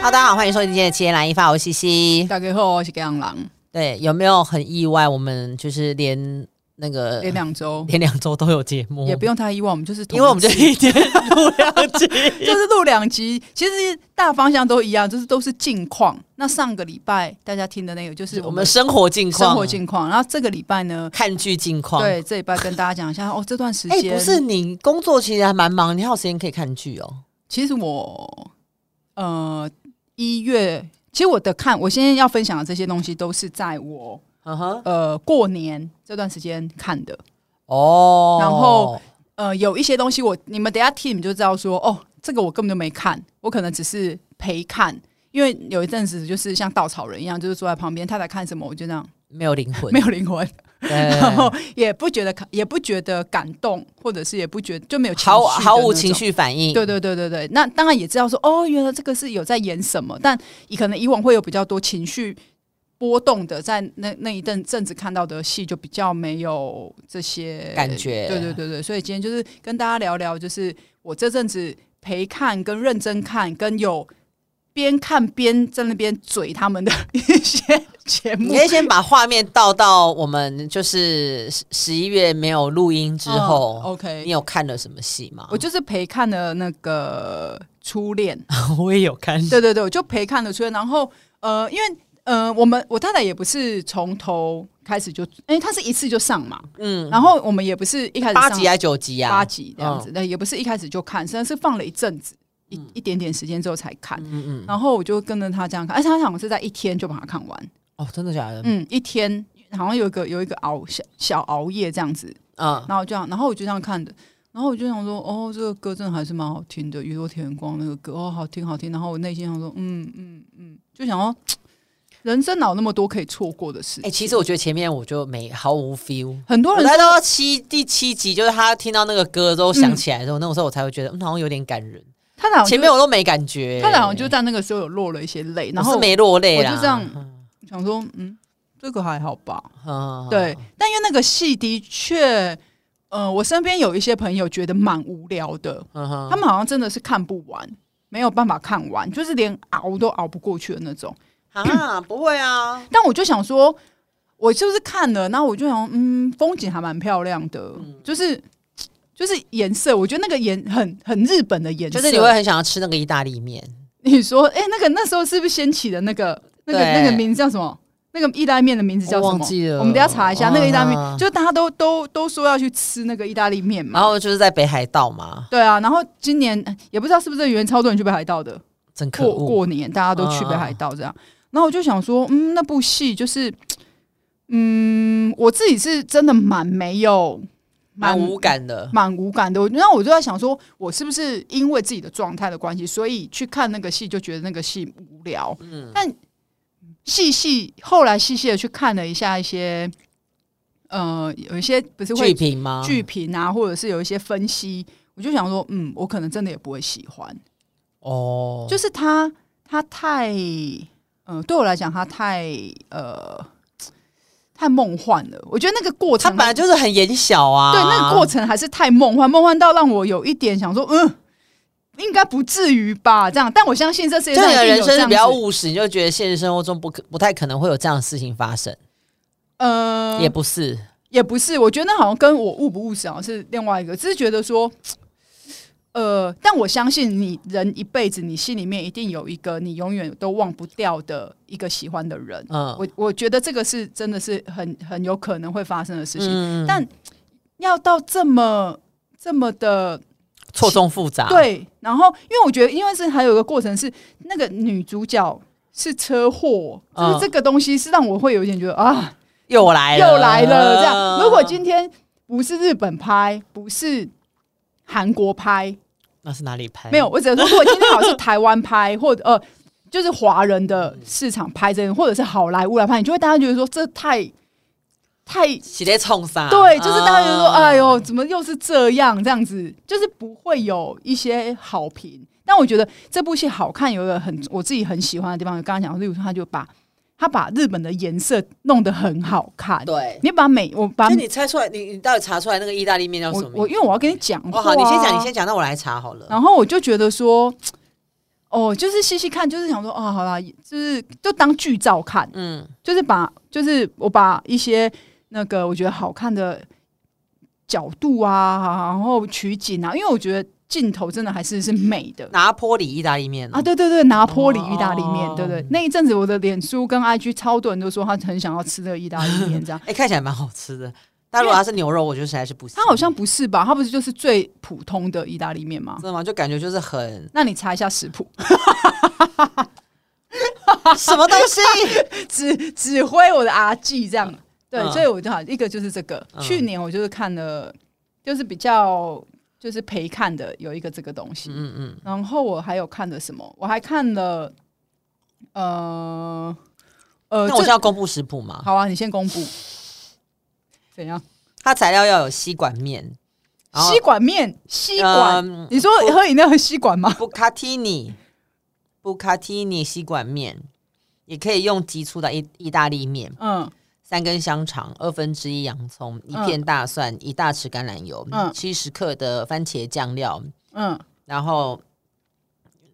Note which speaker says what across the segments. Speaker 1: Hello，大家好，欢迎收听今天的《七天来一发》，我是西西。
Speaker 2: 大家好，我是江郎，
Speaker 1: 对，有没有很意外？我们就是连那个
Speaker 2: 连两周
Speaker 1: 呃连两周都有节目，
Speaker 2: 也不用太意外，我们就是同
Speaker 1: 因为我们就
Speaker 2: 期
Speaker 1: 一天录两集。
Speaker 2: 就是录两集，其实大方向都一样，就是都是近况。那上个礼拜大家听的那个就是
Speaker 1: 我们生活近况，
Speaker 2: 生活近况，然后这个礼拜呢，
Speaker 1: 看剧近况。，
Speaker 2: 对这礼拜跟大家讲一下哦，这段时
Speaker 1: 哎、
Speaker 2: 间、
Speaker 1: 不是，你工作其实还蛮忙，你还有时间可以看剧哦。
Speaker 2: 其实我呃一月，其实我的看我现在要分享的这些东西都是在我
Speaker 1: 嗯哼，
Speaker 2: 呃过年这段时间看的，
Speaker 1: 哦，
Speaker 2: 然后呃，有一些东西我你们等一下听你们就知道说，哦，这个我根本就没看，我可能只是陪看，因为有一阵子就是像稻草人一样，就是坐在旁边，他在看什么我就那样，
Speaker 1: 没有灵魂，
Speaker 2: 没有灵魂，
Speaker 1: 对 哎
Speaker 2: 然后也不觉得看，也不觉得感动，或者是也不觉得就没有情绪
Speaker 1: 毫
Speaker 2: 的
Speaker 1: 毫无
Speaker 2: 那种
Speaker 1: 情。绪反应。
Speaker 2: 对对对对对，那当然也知道说，哦，原来这个是有在演什么，但以可能以往会有比较多情绪波动的，在那那一阵阵子看到的戏就比较没有这些
Speaker 1: 感觉
Speaker 2: 对对对对，所以今天就是跟大家聊聊，就是我这阵子陪看、跟认真看、跟有边看边在那边嘴他们的一些节
Speaker 1: 你
Speaker 2: 目
Speaker 1: 可。以先把画面倒到我们就是十十一月没有录音之后，
Speaker 2: 嗯，OK，
Speaker 1: 你有看了什么戏吗？
Speaker 2: 我就是陪看了那个初恋，
Speaker 1: 我也有看，
Speaker 2: 对对对，我就陪看了出来。然后呃，因为呃，我们我太太也不是从头开始就，哎、她是一次就上嘛，
Speaker 1: 嗯，
Speaker 2: 然后我们也不是一开始
Speaker 1: 八
Speaker 2: 上
Speaker 1: 集还是九集啊？
Speaker 2: 八集这样子，那、也不是一开始就看，虽然是放了一阵子，一、
Speaker 1: 嗯
Speaker 2: 一点点时间之后才看。
Speaker 1: 嗯嗯嗯，
Speaker 2: 然后我就跟着她这样看，而且她好像是在一天就把它看完，
Speaker 1: 哦，真的假的？嗯
Speaker 2: 嗯，一天好像有一个有一个熬小小熬夜这样子，
Speaker 1: 嗯，
Speaker 2: 然后这样，然后我就这样看的，然后我就想说，哦，这个歌真的还是蛮好听的，宇多田光那个歌，哦，好听好听。然后我内心想说，嗯嗯嗯，就想要，人生哪有那么多可以错过的事
Speaker 1: 哎、
Speaker 2: 情？
Speaker 1: 其实我觉得前面我就没毫无 feel。
Speaker 2: 很多
Speaker 1: 我
Speaker 2: 人
Speaker 1: 来到七第七集，就是他听到那个歌之后想起来的时候，那种时候我才会觉得，嗯，好像有点感人。
Speaker 2: 他嗯好像就
Speaker 1: 前面我都没感觉、欸
Speaker 2: 他好像就在那个时候有落了一些泪，然
Speaker 1: 我
Speaker 2: 后
Speaker 1: 是没落泪啦，
Speaker 2: 我就这样
Speaker 1: 嗯，
Speaker 2: 想说，嗯，这个还好吧。
Speaker 1: 嗯
Speaker 2: 对，，但因为那个戏的确，呃，我身边有一些朋友觉得蛮无聊的，
Speaker 1: 嗯哼
Speaker 2: 他们好像真的是看不完，没有办法看完，就是连熬都熬不过去的那种。
Speaker 1: 啊，不会啊，
Speaker 2: 但我就想说，我就是看了，然后我就想，嗯，风景还蛮漂亮的，
Speaker 1: 嗯
Speaker 2: 就是就是颜色，我觉得那个颜很很日本的颜色。
Speaker 1: 就是你会很想要吃那个意大利面，
Speaker 2: 你说，哎、那个那时候是不是掀起的那个那个
Speaker 1: 对
Speaker 2: 那个名字叫什么？那个意大利面的名字叫什么？
Speaker 1: 我忘记了
Speaker 2: 我们等一下查一下。那个意大利
Speaker 1: 啊
Speaker 2: 面，就大家都都都说要去吃那个意大利面嘛。
Speaker 1: 然后就是在北海道嘛，
Speaker 2: 对啊，然后今年呃也不知道是不是原超多人去北海道的，
Speaker 1: 真可恶。
Speaker 2: 过
Speaker 1: 嗯
Speaker 2: 过年大家都去北海道这样。然后我就想说，嗯，那部戏就是，嗯，我自己是真的蛮没有
Speaker 1: 蛮无感的，
Speaker 2: 蛮无感的。我那我就在想说，我是不是因为自己的状态的关系，所以去看那个戏就觉得那个戏无聊？嗯，但细细后来细细的去看了一下一些，呃，有一些不是
Speaker 1: 剧
Speaker 2: 会
Speaker 1: 评吗？
Speaker 2: 剧评啊，或者是有一些分析，我就想说，嗯，我可能真的也不会喜欢。
Speaker 1: 哦，
Speaker 2: 就是他他太，呃，对我来讲，他太呃太梦幻了。我觉得那个过
Speaker 1: 他
Speaker 2: 程
Speaker 1: 本来就是很眼小啊，
Speaker 2: 对那个过程还是太梦幻，梦幻到让我有一点想说，嗯，应该不至于吧？这样，但我相信这世界
Speaker 1: 就
Speaker 2: 上
Speaker 1: 你
Speaker 2: 一
Speaker 1: 的
Speaker 2: 定
Speaker 1: 人
Speaker 2: 有这
Speaker 1: 生是
Speaker 2: 样
Speaker 1: 比较
Speaker 2: 子。
Speaker 1: 务实，你就觉得现实生活中不可不太可能会有这样的事情发生，
Speaker 2: 呃，
Speaker 1: 也
Speaker 2: 也
Speaker 1: 不是。
Speaker 2: 也不是，我觉得那好像跟我务不务实好像是另外一个，只是觉得说。呃，但我相信你人一辈子，你心里面一定有一个你永远都忘不掉的一个喜欢的人。
Speaker 1: 嗯，
Speaker 2: 我我觉得这个是真的是很很有可能会发生的事情，
Speaker 1: 嗯
Speaker 2: 但要到这么这么的
Speaker 1: 错综复杂，，
Speaker 2: 对，然后因为我觉得，因为是还有一个过程是那个女主角是车祸，就
Speaker 1: 嗯哎
Speaker 2: 是这个东西是让我会有一点觉得啊，
Speaker 1: 又来了，嗯
Speaker 2: 又来了这样。如果今天不是日本拍，不是韩国拍，
Speaker 1: 那是哪里拍？
Speaker 2: 没有，，我只能说，如果今天好像是台湾拍，或者呃，就是华人的市场拍这个，或者是好莱坞来拍，你就会大家觉得说这太太
Speaker 1: 洗在冲杀，
Speaker 2: 对，就是大家觉得说，
Speaker 1: 嗯
Speaker 2: 哎，呦，怎么又是这样？这样子就是不会有一些好评。但我觉得这部戏好看，有一个很我自己很喜欢的地方，刚刚讲，例如说他就把他把日本的颜色弄得很好看。
Speaker 1: 对。
Speaker 2: 你把每我把
Speaker 1: 就你猜出来，你你到底查出来那个意大利面叫什么
Speaker 2: 啊
Speaker 1: 名
Speaker 2: 我
Speaker 1: 字？
Speaker 2: 啊我因为我要跟你讲话、
Speaker 1: 哦好，你先讲，你先讲，那我来查好了。
Speaker 2: 然后我就觉得说，哦，就是细细看，就是想说，哦，好啦，就是就当剧照看，
Speaker 1: 嗯，
Speaker 2: 就是把就是我把一些那个我觉得好看的角度啊，然后取景啊，因为我觉得镜头真的还是是美的
Speaker 1: 拿坡里意大利面
Speaker 2: 啊，，对对对，拿坡里
Speaker 1: 哦
Speaker 2: 意大利面，对对，那一阵子我的脸书跟 IG 超多人都说他很想要吃那个意大利 面，这样
Speaker 1: 哎，看起来蛮好吃的。但如果它是牛肉，我觉得实在是不行。
Speaker 2: 他好像不是吧？他不是就是最普通的意大利面吗
Speaker 1: 真？的吗？就感觉就是很
Speaker 2: 那你查一下食谱，
Speaker 1: 什么东 西？
Speaker 2: 指指挥我的阿记这样。对，
Speaker 1: 嗯
Speaker 2: 所以我就好一个就是这个。
Speaker 1: 嗯
Speaker 2: 去年我就是看了，就是比较就是陪看的有一个这个东西，
Speaker 1: 嗯嗯，
Speaker 2: 然后我还有看了什么？我还看了，呃呃，
Speaker 1: 那我
Speaker 2: 这
Speaker 1: 是要公布食谱吗？
Speaker 2: 好啊，你先公布怎样？
Speaker 1: 它材料要有吸管面，然后
Speaker 2: 吸管面，吸管，
Speaker 1: 嗯
Speaker 2: 你说喝饮料喝吸管吗？
Speaker 1: 布卡提尼，布卡提尼吸管面，也可以用极粗的意意大利面，
Speaker 2: 嗯
Speaker 1: 三根香肠，二分之一洋葱，一
Speaker 2: 嗯
Speaker 1: 片大蒜，一大匙橄榄油
Speaker 2: 嗯，
Speaker 1: 七十、克的番茄酱料，
Speaker 2: 嗯
Speaker 1: 然后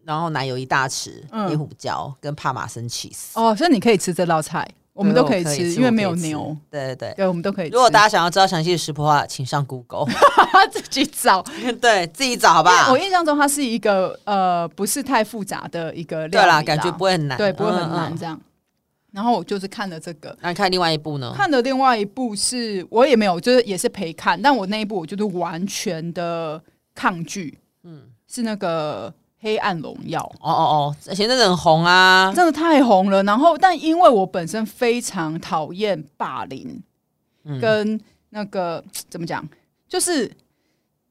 Speaker 1: 然后奶油一大匙，
Speaker 2: 嗯
Speaker 1: 黑胡椒跟帕玛森起司，
Speaker 2: 哦，所以你可以吃这道菜，我们
Speaker 1: 对
Speaker 2: 都可以
Speaker 1: 我
Speaker 2: 吃，因为没有。
Speaker 1: 我可以
Speaker 2: 牛
Speaker 1: 吃，对对对。
Speaker 2: 对，我们都可以吃。
Speaker 1: 如果大家想要知道详细的食谱的话，请上 Google，
Speaker 2: 家 自己找，
Speaker 1: 对自己找好不好
Speaker 2: 我？印象中它是一个呃不是太复杂的一个
Speaker 1: 对
Speaker 2: 料理
Speaker 1: 啦，感觉不会很难，
Speaker 2: 对不会很
Speaker 1: 嗯
Speaker 2: 难。这
Speaker 1: 嗯
Speaker 2: 样。然后我就是看了这个，
Speaker 1: 那你看另外一部呢？
Speaker 2: 看的另外一部是我也没有，就是也是陪看，但我那一部我就是完全的抗拒，嗯，是那个《黑暗荣耀》。
Speaker 1: 哦哦哦，前阵子很红啊，
Speaker 2: 真的太红了。然后，但因为我本身非常讨厌霸凌，
Speaker 1: 嗯
Speaker 2: 跟那个怎么讲，就是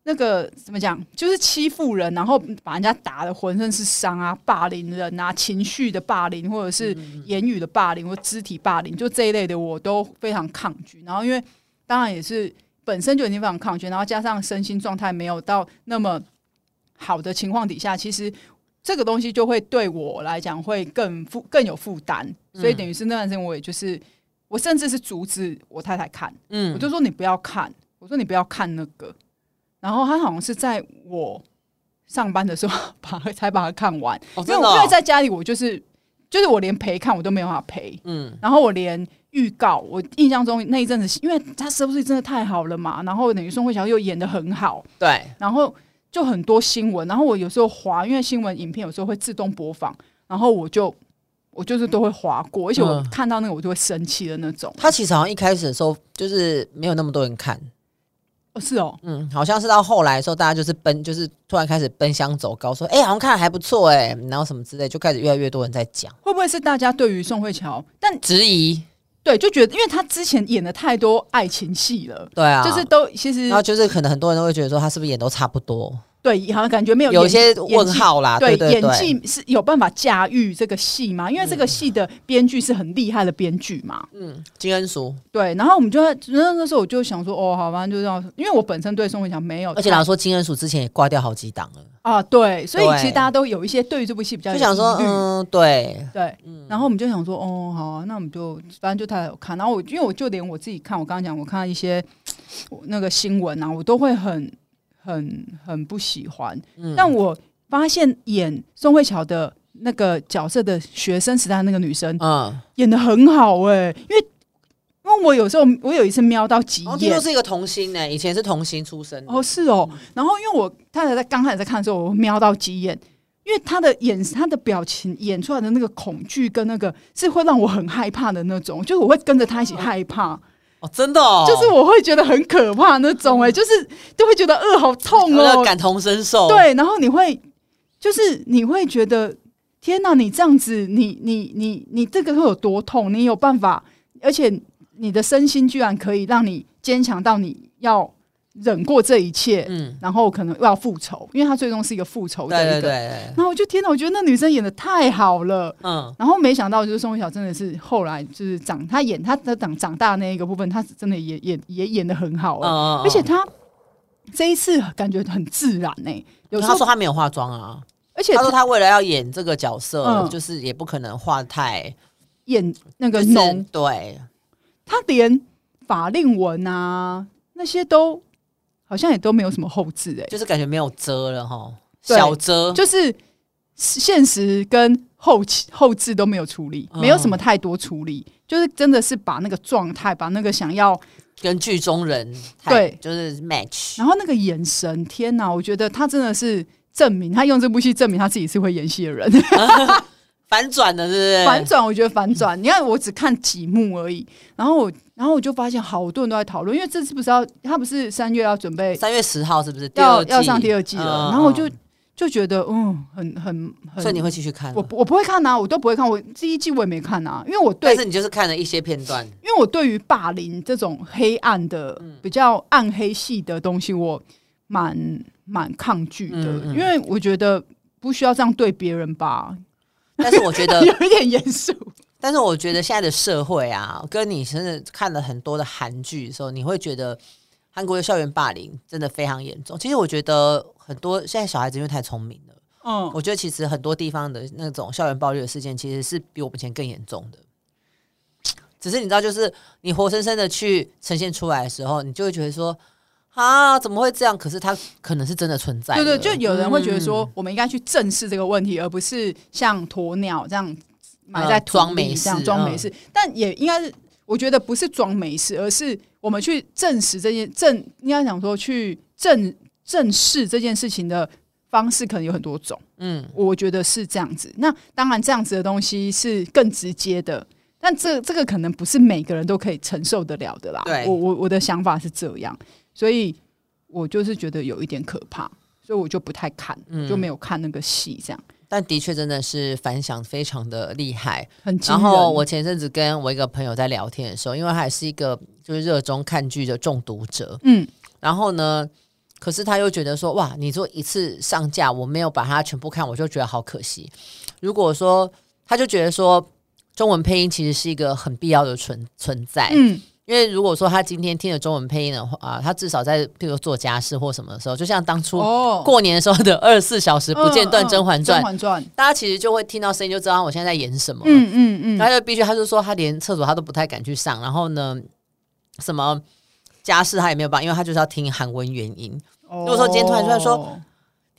Speaker 2: 那个怎么讲，就是欺负人，然后把人家打的浑身是伤啊，霸凌人啊，情绪的霸凌，或者是言语的霸凌，或肢体霸凌，就这一类的我都非常抗拒。然后，因为当然也是本身就已经非常抗拒，然后加上身心状态没有到那么好的情况底下，其实这个东西就会对我来讲会更负更有负担，所以等于是那段时间我也就是我甚至是阻止我太太看，
Speaker 1: 嗯，
Speaker 2: 我就说你不要看，我说你不要看那个，然后她好像是在我上班的时候把它才把它看完，
Speaker 1: 哦
Speaker 2: 因为
Speaker 1: 真的
Speaker 2: 我因
Speaker 1: 哦
Speaker 2: 为在家里我就是就是我连陪看我都没有办法陪，
Speaker 1: 嗯
Speaker 2: 然后我连预告，我印象中那一阵子，因为他收视率真的太好了嘛，然后等于宋慧乔又演的很好，
Speaker 1: 对，
Speaker 2: 然后就很多新闻，然后我有时候滑，因为新闻影片有时候会自动播放，然后我就我就是都会滑过，而且我
Speaker 1: 嗯
Speaker 2: 看到那个我就会生气的那种。
Speaker 1: 他其实好像一开始的时候就是没有那么多人看，
Speaker 2: 哦，是哦，
Speaker 1: 嗯，好像是到后来的时候，大家就是奔，就是突然开始奔相走高，说哎、好像看的还不错哎、然后什么之类，就开始越来越多人在讲
Speaker 2: 会不会是大家对于宋慧乔，但
Speaker 1: 质疑，
Speaker 2: 对就觉得，因为她之前演的太多爱情戏了。
Speaker 1: 对啊，
Speaker 2: 就是都其实
Speaker 1: 然后就是可能很多人都会觉得说他是不是演都差不多，
Speaker 2: 对，好像感觉没有
Speaker 1: 有一
Speaker 2: 演
Speaker 1: 些
Speaker 2: 技
Speaker 1: 问号啦，
Speaker 2: 对
Speaker 1: 对对
Speaker 2: 演
Speaker 1: 对，
Speaker 2: 技是有办法驾驭这个戏吗？因为这个戏的编剧是很厉害的编剧嘛。
Speaker 1: 嗯，金恩淑，
Speaker 2: 对，然后我们就在那那时候我就想说，哦，好吧，就这样。因为我本身对宋慧乔没有太，
Speaker 1: 而且老实说金恩淑之前也挂掉好几档了，
Speaker 2: 啊，对，所以
Speaker 1: 对
Speaker 2: 其实大家都有一些对于这部戏比较
Speaker 1: 就
Speaker 2: 有
Speaker 1: 想说
Speaker 2: 疑虑
Speaker 1: 嗯，对，
Speaker 2: 对，然后我们就想说，哦，好啊、那我们就反正就太有看，然后我因为我就连我自己看，我刚刚讲，我看到一些我那个新闻啊，我都会很很很不喜欢。
Speaker 1: 嗯
Speaker 2: 但我发现演宋慧乔的那个角色的学生时代那个女生
Speaker 1: 嗯，
Speaker 2: 演的很好哎、因为因为我有时候我有一次瞄到几
Speaker 1: 然哦后听
Speaker 2: 眼
Speaker 1: 说。是一个童星呢、以前是童星出身的，
Speaker 2: 哦，是哦。然后因为我太太在刚开始在看的时候，我瞄到几眼，因为她的眼、她的表情演出来的那个恐惧跟那个是会让我很害怕的那种，就是我会跟着她一起害怕，
Speaker 1: 哦，真的哦，
Speaker 2: 就是我会觉得很可怕那种、哎，就是就会觉得呃好痛
Speaker 1: 有
Speaker 2: 哦
Speaker 1: 点，感同身受，，
Speaker 2: 对，然后你会就是你会觉得天哪，你这样子，你你你你这个会有多痛？你有办法，而且你的身心居然可以让你坚强到你要忍过这一切，
Speaker 1: 嗯，
Speaker 2: 然后可能又要复仇，因为他最终是一个复仇的
Speaker 1: 对
Speaker 2: 一
Speaker 1: 对对
Speaker 2: 个。
Speaker 1: 对，
Speaker 2: 然后我就天哪，我觉得那女生演的太好了。
Speaker 1: 嗯，
Speaker 2: 然后没想到，就是宋慧乔真的是后来就是长，她演她的长长大那一个部分，她真的也也也演的很好、欸，
Speaker 1: 嗯
Speaker 2: 而且她这一次感觉很自然呢、有时
Speaker 1: 他
Speaker 2: 候
Speaker 1: 说他没有化妆啊，
Speaker 2: 而且
Speaker 1: 他说他为了要演这个角色，
Speaker 2: 嗯
Speaker 1: 就是也不可能化太
Speaker 2: 演那个
Speaker 1: 就是
Speaker 2: 浓，
Speaker 1: 对，
Speaker 2: 她连法令纹啊那些都
Speaker 1: 嗯
Speaker 2: 好像也都没有什么后置哎、
Speaker 1: 就是感觉没有遮了哈，
Speaker 2: 对
Speaker 1: 小遮，
Speaker 2: 就是现实跟后期后置都没有处理，
Speaker 1: 嗯
Speaker 2: 没有什么太多处理，就是真的是把那个状态，把那个想要，
Speaker 1: 嗯跟剧中人太
Speaker 2: 对
Speaker 1: 就是 match，
Speaker 2: 然后那个眼神，天哪！我觉得他真的是证明，他用这部戏证明他自己是会演戏的人。
Speaker 1: 反转的，是不
Speaker 2: 反
Speaker 1: 是？
Speaker 2: 转，我觉得反转。你看，我只看几幕而已，然后我，然后我就发现好多人都在讨论，因为这次不是要他不是三月要准备
Speaker 1: 三月十号是不是？第
Speaker 2: 要
Speaker 1: 二季
Speaker 2: 要上第二季了，
Speaker 1: 嗯
Speaker 2: 然后我就
Speaker 1: 嗯
Speaker 2: 就觉得嗯，很很很，
Speaker 1: 所以你会继续看吗，
Speaker 2: 我不我不会看啊，我都不会看，我第一季我也没看啊，因为我对
Speaker 1: 但是你就是看了一些片段，
Speaker 2: 因为我对于霸凌这种黑暗的、
Speaker 1: 嗯
Speaker 2: 比较暗黑系的东西，我蛮蛮抗拒的，
Speaker 1: 嗯嗯
Speaker 2: 因为我觉得不需要这样对别人吧，
Speaker 1: 但是我觉得，
Speaker 2: 有一点严肃。
Speaker 1: 但是我觉得现在的社会啊，跟你真的看了很多的韩剧的时候，你会觉得韩国的校园霸凌真的非常严重。其实我觉得很多现在小孩子因为太聪明了，
Speaker 2: 嗯，
Speaker 1: 我觉得其实很多地方的那种校园暴力的事件，其实是比我们以前更严重的。只是你知道，就是你活生生的去呈现出来的时候，你就会觉得说啊，怎么会这样？可是它可能是真的存在的。
Speaker 2: 对对，就有人会觉得说
Speaker 1: 嗯，，
Speaker 2: 我们应该去正视这个问题，而不是像鸵鸟这样埋在
Speaker 1: 呃装
Speaker 2: 土里
Speaker 1: 没
Speaker 2: 这样
Speaker 1: 事
Speaker 2: 装
Speaker 1: 嗯
Speaker 2: 没事。但也应该是，我觉得不是装没事，而是我们去证实这件正应该想说去正正视这件事情的方式，可能有很多种。
Speaker 1: 嗯，
Speaker 2: 我觉得是这样子。那当然，这样子的东西是更直接的，但这这个可能不是每个人都可以承受得了的啦。
Speaker 1: 对
Speaker 2: 我我我的想法是这样，所以我就是觉得有一点可怕，所以我就不太看，
Speaker 1: 嗯
Speaker 2: 就没有看那个戏，这样
Speaker 1: 但的确真的是反响非常的厉害。
Speaker 2: 很惊
Speaker 1: 然
Speaker 2: 人。
Speaker 1: 后我前阵子跟我一个朋友在聊天的时候，因为他也是一个就是热衷看剧的中毒者，
Speaker 2: 嗯
Speaker 1: 然后呢，可是他又觉得说，哇，你做一次上架，我没有把它全部看，我就觉得好可惜。如果说，他就觉得说，中文配音其实是一个很必要的存存在，
Speaker 2: 嗯
Speaker 1: 因为如果说他今天听了中文配音的话，啊，他至少在譬如做家事或什么的时候，就像当初
Speaker 2: 哦嗯
Speaker 1: 过年的时候的二十四小时不间断《甄嬛传
Speaker 2: 甄》嬛传》
Speaker 1: 大家其实就会听到声音就知道我现在在演什么。
Speaker 2: 嗯嗯嗯
Speaker 1: 他就必须，他就说他连厕所他都不太敢去上，然后呢，什么家事他也没有办法，因为他就是要听韩文原音。
Speaker 2: 哦。
Speaker 1: 如果说今天突然突然 说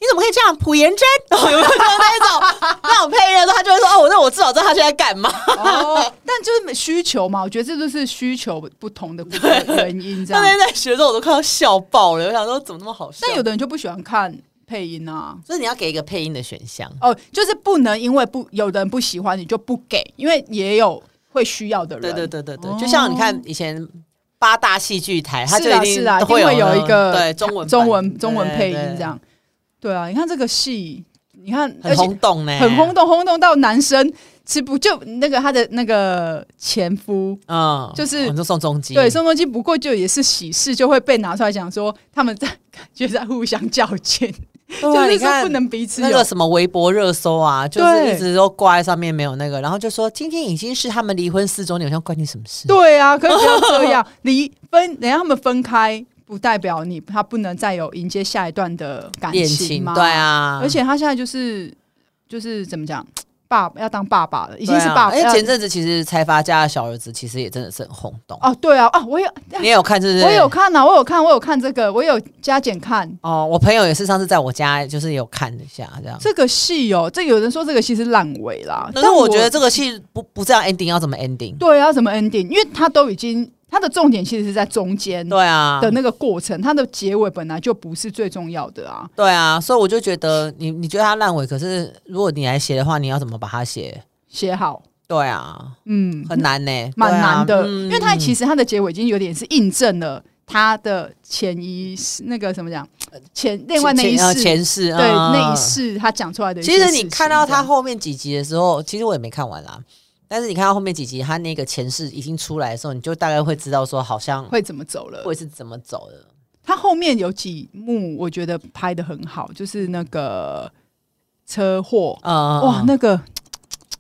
Speaker 1: 你怎么可以这样？朴妍珍， 哦，有没有就是那一种那种配乐的时候，他就会说哦，那我至少知道他现在干嘛。
Speaker 2: 哦，但就是需求嘛，我觉得这就是需求不同的原因这
Speaker 1: 那
Speaker 2: 样。
Speaker 1: 天在学的时候，我都快要笑爆了，我想说怎么那么好笑？
Speaker 2: 但有的人就不喜欢看配音啊，
Speaker 1: 就是你要给一个配音的选项，
Speaker 2: 哦，就是不能因为不有人不喜欢你就不给，因为也有会需要的人。
Speaker 1: 对对对对对，
Speaker 2: 哦
Speaker 1: 就像你看以前。八大戏剧台，它就是
Speaker 2: 啊
Speaker 1: 一
Speaker 2: 是
Speaker 1: 定
Speaker 2: 啊，
Speaker 1: 都
Speaker 2: 一定
Speaker 1: 有
Speaker 2: 会有
Speaker 1: 那
Speaker 2: 一个
Speaker 1: 对中文版
Speaker 2: 中文中文配音
Speaker 1: 对对对
Speaker 2: 这样。对啊，你看这个戏，你看而
Speaker 1: 很
Speaker 2: 且
Speaker 1: 轰动欸呢，
Speaker 2: 很轰，动，轰动到男生吃不就那个他的那个前夫。
Speaker 1: 嗯，
Speaker 2: 就是
Speaker 1: 我们就宋仲基，
Speaker 2: 对，宋仲基不过就也是喜事，就会被拿出来讲说他们在 感觉在互相较劲，
Speaker 1: 对啊你
Speaker 2: 就是说
Speaker 1: 看
Speaker 2: 不能彼此
Speaker 1: 那
Speaker 2: 有
Speaker 1: 个什么微博热搜啊，就是
Speaker 2: 对
Speaker 1: 一直都挂在上面没有那个，然后就说今天已经是他们离婚四周年，我想关你什么事？
Speaker 2: 对啊，可以不要这样，离分， 等一下他们分开，不代表你他不能再有迎接下一段的感
Speaker 1: 恋
Speaker 2: 情
Speaker 1: 情，
Speaker 2: 嘛。
Speaker 1: 对，啊，
Speaker 2: 而且他现在就是就是怎么讲，爸要当爸爸了，已经是
Speaker 1: 对啊
Speaker 2: 爸爸。
Speaker 1: 哎、
Speaker 2: 要
Speaker 1: 前阵子其实财阀家的小儿子其实也真的是很轰动。
Speaker 2: 哦，对啊，啊，我有，
Speaker 1: 你也有看是不是？
Speaker 2: 我有看呐、啊我有看，我有看这个，我有加减看
Speaker 1: 哦，我朋友也是上次在我家就是有看一下这样。
Speaker 2: 这个戏哦。这有人说这个戏是烂尾啦，
Speaker 1: 可
Speaker 2: 但
Speaker 1: 是我觉得这个戏不不这样 ending 要怎么 ending？
Speaker 2: 对啊，怎么 ending？因为他都已经他的重点其实是在中间
Speaker 1: 对啊，
Speaker 2: 的那个过程，他的结尾本来就不是最重要的啊。
Speaker 1: 对啊，所以我就觉得你你觉得它烂尾，可是如果你来写的话，你要怎么把它写？
Speaker 2: 写好，
Speaker 1: 对啊，
Speaker 2: 嗯，
Speaker 1: 很难呢、
Speaker 2: 蛮
Speaker 1: 对啊
Speaker 2: 难的，
Speaker 1: 嗯
Speaker 2: 因为它其实它的结尾已经有点是印证了他的前一世那个什么讲前另外那一
Speaker 1: 前呃
Speaker 2: 世
Speaker 1: 前世
Speaker 2: 对
Speaker 1: 嗯
Speaker 2: 那一世他讲出来的一些
Speaker 1: 其
Speaker 2: 事情。
Speaker 1: 实你看到
Speaker 2: 这样
Speaker 1: 他后面几集的时候，其实我也没看完啦。但是你看到后面几集，他那个前世已经出来的时候，你就大概会知道说，好像
Speaker 2: 会怎么走了，
Speaker 1: 会是怎么走的。
Speaker 2: 他后面有几幕我觉得拍的很好，就是那个车祸，
Speaker 1: 嗯，
Speaker 2: 哇，那个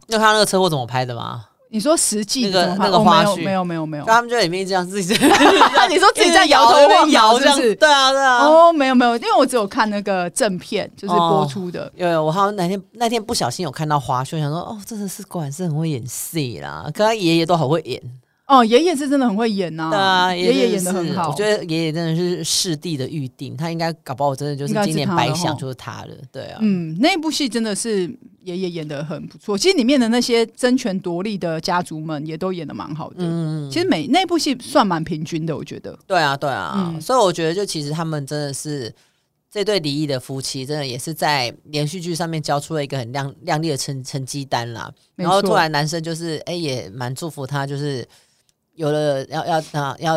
Speaker 1: 你有看到那个车祸怎么拍的吗？
Speaker 2: 你说实际
Speaker 1: 那个
Speaker 2: 怎么拍
Speaker 1: 那个
Speaker 2: 哦
Speaker 1: 花絮
Speaker 2: 没有没 有没有
Speaker 1: 就
Speaker 2: 没有，
Speaker 1: 他们就在里面这样自己
Speaker 2: 你说 自己在摇头
Speaker 1: 一直
Speaker 2: 晃
Speaker 1: 摇
Speaker 2: 脑
Speaker 1: 这样
Speaker 2: 是不
Speaker 1: 子，
Speaker 2: 是
Speaker 1: 对啊对啊。
Speaker 2: 哦，没有没有，因为我只有看那个正片，就是
Speaker 1: 哦
Speaker 2: 播出的，
Speaker 1: 有有，我好像那天那天不小心有看到花絮，我想说哦，真的是果然是很会演戏啦，跟他爷爷都好会演，
Speaker 2: 哦，爷爷是真的很会演呐、
Speaker 1: 对啊，
Speaker 2: 爷爷演
Speaker 1: 的
Speaker 2: 的很好。
Speaker 1: 我觉得爷爷真的是世地的预定，他应该搞不好真的就是
Speaker 2: 应该是
Speaker 1: 今年
Speaker 2: 他
Speaker 1: 白
Speaker 2: 了
Speaker 1: 想
Speaker 2: 吼
Speaker 1: 就是他了，对啊，
Speaker 2: 嗯，那部戏真的是爷爷演的很不错。其实里面的那些争权夺利的家族们也都演的蛮好的。
Speaker 1: 嗯，
Speaker 2: 其实每那部戏算蛮平均的，我觉得。
Speaker 1: 对啊，对啊，
Speaker 2: 嗯
Speaker 1: 所以我觉得就其实他们真的是这对离异的夫妻，真的也是在连续剧上面交出了一个很亮亮丽的成成绩单啦。
Speaker 2: 没
Speaker 1: 然后突
Speaker 2: 错
Speaker 1: 然男生就是哎、也蛮祝福他，就是有了要要啊要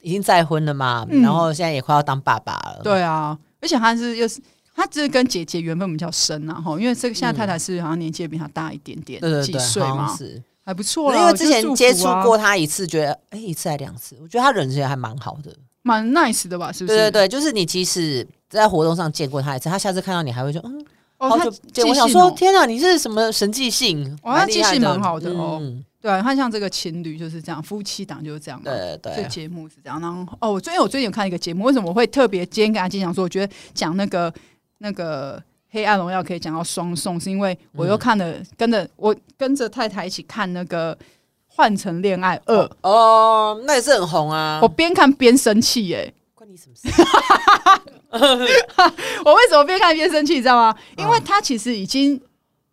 Speaker 1: 已经再婚了嘛，
Speaker 2: 嗯
Speaker 1: 然后现在也快要当爸爸了。
Speaker 2: 对啊，而且他是又是他这跟姐姐缘分比较深啊，哈，因为这个现在太太是好像年纪也比他大一点点，
Speaker 1: 嗯对对
Speaker 2: 几
Speaker 1: 对，
Speaker 2: 岁
Speaker 1: 好像
Speaker 2: 嘛，
Speaker 1: 是。
Speaker 2: 还不错啦。
Speaker 1: 因为
Speaker 2: 我
Speaker 1: 之
Speaker 2: 就
Speaker 1: 前
Speaker 2: 祝
Speaker 1: 接
Speaker 2: 福
Speaker 1: 触
Speaker 2: 啊
Speaker 1: 过他一次，觉得哎、一次还两次，我觉得他人也还蛮好的。
Speaker 2: 蛮 nice 的吧？是不
Speaker 1: 对
Speaker 2: 是？
Speaker 1: 对对，就是你即使在活动上见过他一次，他下次看到你还会说嗯，
Speaker 2: 哦，
Speaker 1: 好
Speaker 2: 他
Speaker 1: 久不见
Speaker 2: 记
Speaker 1: 我想
Speaker 2: 性
Speaker 1: 说，
Speaker 2: 哦
Speaker 1: 天哪，你是什么神记性？
Speaker 2: 哦
Speaker 1: 蛮
Speaker 2: 他
Speaker 1: 厉
Speaker 2: 记性
Speaker 1: 害
Speaker 2: 蛮好的哦
Speaker 1: 嗯
Speaker 2: 对啊，他像这个情侣就是这样，夫妻档就是这样嘛。
Speaker 1: 对对
Speaker 2: 这
Speaker 1: 对，
Speaker 2: 节目是这样，然后哦，我最近我最近有看一个节目，为什么我会特别今天跟阿金讲说，我觉得讲那个那个《黑暗荣耀》可以讲到双宋，是因为我又看了、跟着我跟着太太一起看那个《换成恋爱二》
Speaker 1: 哦，那也是很红啊
Speaker 2: 我。边看边生气耶、
Speaker 1: 关你什么事？
Speaker 2: 呃 我为什么边看边生气，你知道吗？
Speaker 1: 嗯
Speaker 2: 因为它其实已经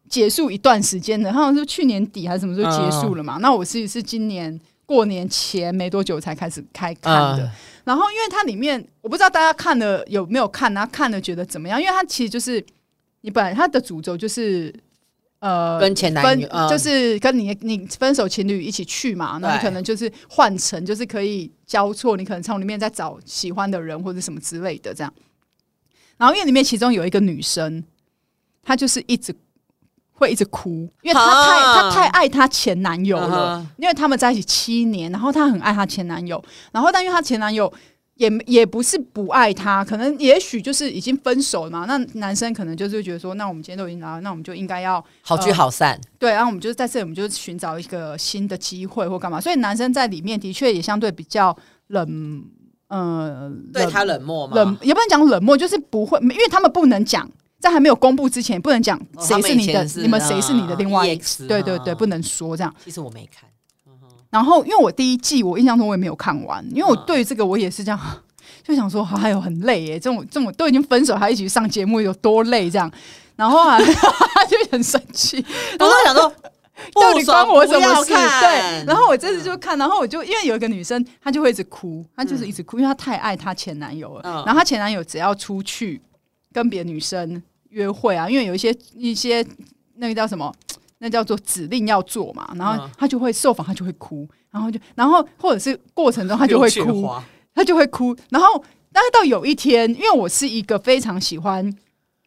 Speaker 2: 结束一段时间了，好像是去年底还是什么时候结束了
Speaker 1: 嗯
Speaker 2: 嘛。那我是是今年过年前没多久才开始开看的。
Speaker 1: 嗯
Speaker 2: 然后，因为它里面我不知道大家看了有没有看，然后看了觉得怎么样？因为它其实就是你本来它的主轴就是呃
Speaker 1: 跟前男
Speaker 2: 分
Speaker 1: 女嗯
Speaker 2: 就是跟你你分手情侣一起去嘛，那你
Speaker 1: 对
Speaker 2: 可能就是换乘，就是可以交错，你可能从里面再找喜欢的人或者什么之类的这样。然后因为里面其中有一个女生，她就是一直会一直哭，因为她太
Speaker 1: 啊
Speaker 2: 她太爱她前男友了
Speaker 1: 嗯哼
Speaker 2: 因为他们在一起七年，然后她很爱她前男友，然后但因为她前男友。也也不是不爱她，可能也许就是已经分手了嘛。那男生可能就是会觉得说，那我们今天都已经拿了，那我们就应该要
Speaker 1: 好聚
Speaker 2: 呃
Speaker 1: 好散，
Speaker 2: 对，然后我们就是在这里，我们就是寻找一个新的机会或干嘛。所以男生在里面的确也相对比较冷，呃，
Speaker 1: 对
Speaker 2: 冷
Speaker 1: 他冷漠嘛，
Speaker 2: 冷也不能讲冷漠，就是不会，因为他们不能讲，在还没有公布之前，不能讲
Speaker 1: 哦他
Speaker 2: 谁
Speaker 1: 们
Speaker 2: 是
Speaker 1: 以
Speaker 2: 你的，
Speaker 1: 前是
Speaker 2: 你们谁是你的
Speaker 1: 嗯
Speaker 2: 另外一
Speaker 1: EX
Speaker 2: 对对对，
Speaker 1: 嗯
Speaker 2: 不能说这样。
Speaker 1: 其实我没 看。
Speaker 2: 然后，因为我第一季我印象中我也没有看完，因为我
Speaker 1: 嗯
Speaker 2: 对于这个我也是这样，就想说，哎呦，很累耶，这种这种都已经分手还一起上节目有多累这样，然后啊 就很生气，
Speaker 1: 然后我想说，
Speaker 2: 到底
Speaker 1: 不
Speaker 2: 关
Speaker 1: 爽
Speaker 2: 我
Speaker 1: 不
Speaker 2: 什么
Speaker 1: 要
Speaker 2: 事？嗯
Speaker 1: 看
Speaker 2: 对，然后我这次就看，然后我就因为有一个女生，她就会一直哭，她就是一直哭，因为她太爱她前男友了。
Speaker 1: 嗯
Speaker 2: 然后她前男友只要出去跟别的女生约会啊，因为有一些一些那个叫什么，那叫做指令要做嘛，然后
Speaker 1: 嗯
Speaker 2: 她就会受访，她就会哭，然后就然后或者是过程中她就会
Speaker 1: 六
Speaker 2: 哭
Speaker 1: 句，话
Speaker 2: 他就会哭。然后，但是到有一天，因为我是一个非常喜欢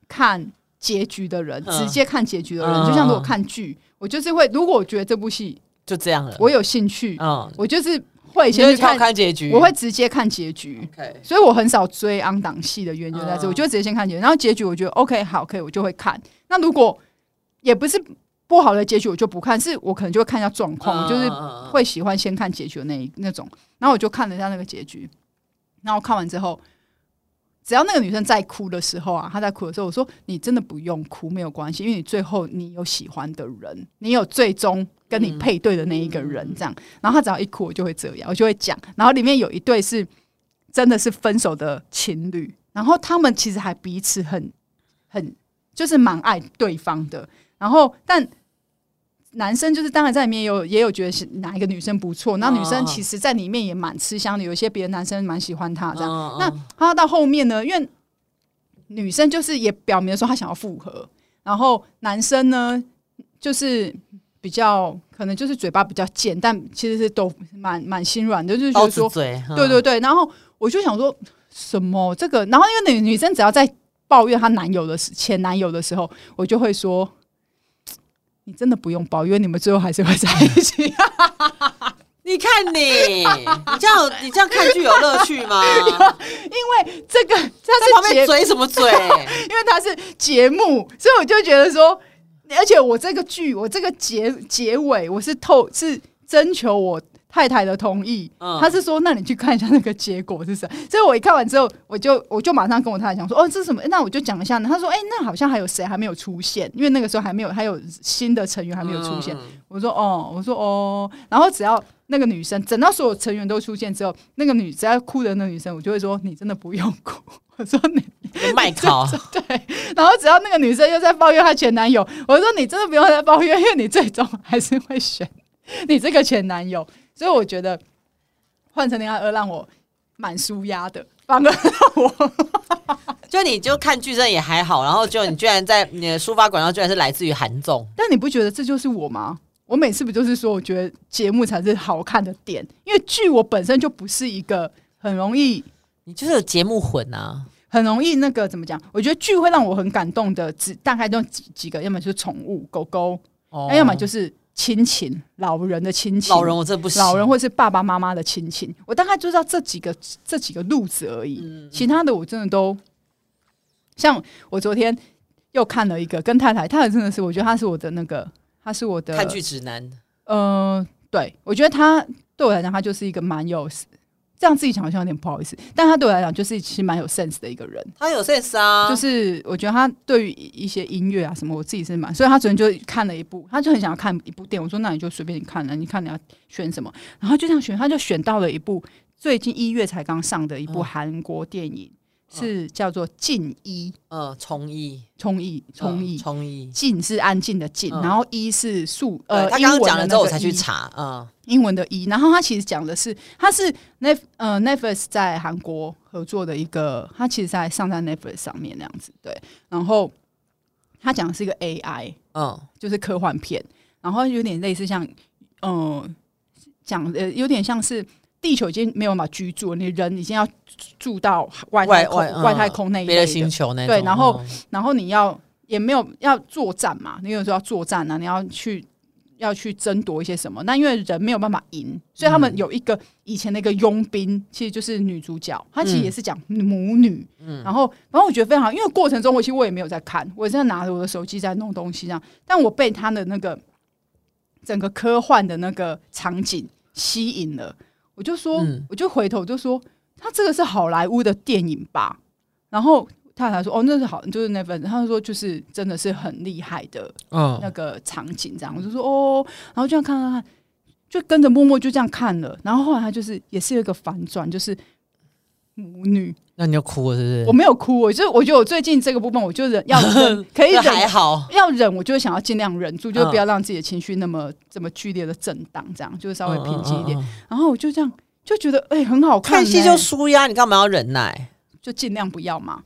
Speaker 2: 看结局的人，
Speaker 1: 嗯
Speaker 2: 直接看结局的人，
Speaker 1: 嗯
Speaker 2: 就像如果看剧，我就是会，如果我觉得这部戏
Speaker 1: 就这样了。
Speaker 2: 我有兴趣，
Speaker 1: 嗯，
Speaker 2: 我就是会
Speaker 1: 你就
Speaker 2: 先去
Speaker 1: 看
Speaker 2: 看，
Speaker 1: 看结局，
Speaker 2: 我会直接看结局。
Speaker 1: OK，
Speaker 2: 所以我很少追昂档戏的原因就在这，
Speaker 1: 嗯
Speaker 2: 我就直接先看结局，然后结局我觉得 OK 好，可以，我就会看。那如果也不是不好的结局，我就不看，是我可能就会看一下状况，
Speaker 1: 嗯
Speaker 2: 我就是
Speaker 1: 啊
Speaker 2: 会喜欢先看结局的那一那种。然后我就看了一下那个结局，然后看完之后，只要那个女生在哭的时候啊，她在哭的时候，我说你真的不用哭，没有关系，因为你最后你有喜欢的人，你有最终跟你配对的那一个人，这样。然后她只要一哭，我就会这样，我就会讲。然后里面有一对是真的是分手的情侣，然后他们其实还彼此很很就是蛮爱对方的，然后但。男生就是当然在里面也有也有觉得是哪一个女生不错，那女
Speaker 1: 嗯
Speaker 2: 生
Speaker 1: 嗯
Speaker 2: 其实在里面也蛮吃香的，有一些别的男生蛮喜欢她这样。
Speaker 1: 样
Speaker 2: 那他到后面呢，因为女生就是也表明了说她想要复合，然后男生呢就是比较可能就是嘴巴比较贱，但其实是都蛮蛮心软的，就是觉
Speaker 1: 刀
Speaker 2: 得
Speaker 1: 子
Speaker 2: 说，
Speaker 1: 嘴，嗯
Speaker 2: 对对对。然后我就想说什么这个，然后因为女女生只要在抱怨她男友的时前男友的时候，我就会说。你真的不用抱怨，你们最后还是会在一起。
Speaker 1: 你看你，你这样你这样看剧有乐趣 吗？
Speaker 2: 这个，
Speaker 1: 在
Speaker 2: 他
Speaker 1: 旁
Speaker 2: 是
Speaker 1: 边
Speaker 2: 结
Speaker 1: 嘴什么嘴？
Speaker 2: 因为它是节目，所以我就觉得说，而且我这个剧，我这个结结尾，我是透是征求我太太的同意，
Speaker 1: 嗯
Speaker 2: 他是说，那你去看一下那个结果是什么。所以我一看完之后，我就我就马上跟我太太讲说，哦，这是什么？那我就讲一下呢。他说，哎、那好像还有谁还没有出现，因为那个时候还没有还有新的成员还没有出现。
Speaker 1: 嗯
Speaker 2: 我说，哦，我说哦，然后只要那个女生，等到所有成员都出现之后，那个女只要哭的那个女生，我就会说你真的不用哭。 我说你
Speaker 1: 嗯麦 考，
Speaker 2: 对，然后只要那个女生又在抱怨她前男友，我说你真的不用再抱怨，因为你最终还是会选你这个前男友。所以我觉得换成恋爱二让我蛮舒压的，反而 让我
Speaker 1: 就你就看剧症也还好，然后就你居然在你的抒发管道居然是来自于韩综，
Speaker 2: 但你不觉得这就是我吗？我每次不就是说，我觉得节目才是好看的点，因为剧我本身就不是一个很容易、
Speaker 1: 你就是有节目混啊。
Speaker 2: 很容易那个怎么讲？我觉得剧会让我很感动的，只大概都几几个，要么就是宠物狗狗，
Speaker 1: 哦
Speaker 2: 那哎要么就是亲情，老人的亲情，
Speaker 1: 老人，我真的不行。
Speaker 2: 老人或是爸爸妈妈的亲情。我大概就知道这几个这几个路子而
Speaker 1: 嗯
Speaker 2: 已，其他的我真的都像我昨天又看了一个跟太太，太太真的是，我觉得她是我的那个，她是我的
Speaker 1: 看剧指南，
Speaker 2: 呃，对，我觉得他对我来讲，他就是一个蛮有 s- 这样自己讲好像有点不好意思，但他对我来讲就是其实蛮有 sense 的一个人。
Speaker 1: 他有 sense 啊，
Speaker 2: 就是我觉得他对于一些音乐啊什么，我自己是蛮，所以他昨天就看了一部，他就很想要看一部电影。我说那你就随便你看了、你看你要选什么，然后就这样选，他就选到了一部最近一月才刚上的一部
Speaker 1: 嗯
Speaker 2: 韩国电影，是叫做《静一
Speaker 1: 嗯，从医，》，
Speaker 2: 冲意冲意
Speaker 1: 嗯，从医。
Speaker 2: 静是安静的静，
Speaker 1: 嗯
Speaker 2: 然后一是素
Speaker 1: 对
Speaker 2: 呃，
Speaker 1: 他
Speaker 2: 英
Speaker 1: 刚刚
Speaker 2: 文
Speaker 1: 讲
Speaker 2: 的
Speaker 1: 了
Speaker 2: 那
Speaker 1: 之后，我
Speaker 2: 个
Speaker 1: 才去
Speaker 2: 一
Speaker 1: 查，嗯，
Speaker 2: 英文的一，然后它其实讲的是，它是 Nef 呃 Netflix 在韩国合作的一个，它其实在上在 Netflix 上面那样子，对。然后它讲的是一个 AI，
Speaker 1: 嗯，
Speaker 2: 就是科幻片，然后有点类似像，嗯、呃，讲呃有点像是地球已经没有办法居住了，你人已经要住到外
Speaker 1: 外
Speaker 2: 太空
Speaker 1: 外
Speaker 2: 外
Speaker 1: 嗯
Speaker 2: 太空那一
Speaker 1: 别
Speaker 2: 类
Speaker 1: 的
Speaker 2: 的
Speaker 1: 星球那种
Speaker 2: 对然后
Speaker 1: 嗯
Speaker 2: 然后你要也没有要作战嘛，你有时候要作战啊，你要去要去争夺一些什么。那因为人没有办法赢，所以他们有一个、以前的一个佣兵，其实就是女主角，她其实
Speaker 1: 嗯
Speaker 2: 也是讲母女。然后反正我觉得非常好，因为过程中我其实我也没有在看，我也在拿着我的手机在弄东西这样，但我被她的那个整个科幻的那个场景吸引了，我就说，
Speaker 1: 嗯
Speaker 2: 我就回头就说，他这个是好莱坞的电影吧？然后太太说，哦，那是好，就是那份，他说就是真的是很厉害的那
Speaker 1: 嗯，
Speaker 2: 个场景，这样，我就说哦，然后就这样看看看，就跟着默默就这样看了，然后后来他就是也是有一个反转，就是母女，
Speaker 1: 那你就哭了是不
Speaker 2: 我
Speaker 1: 是？
Speaker 2: 没有哭，我就我觉得我最近这个部分，我就忍 要忍，可以
Speaker 1: 这
Speaker 2: 忍
Speaker 1: 还好，
Speaker 2: 要忍，我就是想要尽量忍住，就是
Speaker 1: 嗯
Speaker 2: 不要让自己的情绪那么这么剧烈的震荡，这样就是稍微平静一点。
Speaker 1: 嗯。嗯嗯嗯
Speaker 2: 然后我就这样就觉得，哎、很好看、
Speaker 1: 看
Speaker 2: 欸，
Speaker 1: 戏就舒压，你干嘛要忍 耐？
Speaker 2: 就尽量不要嘛，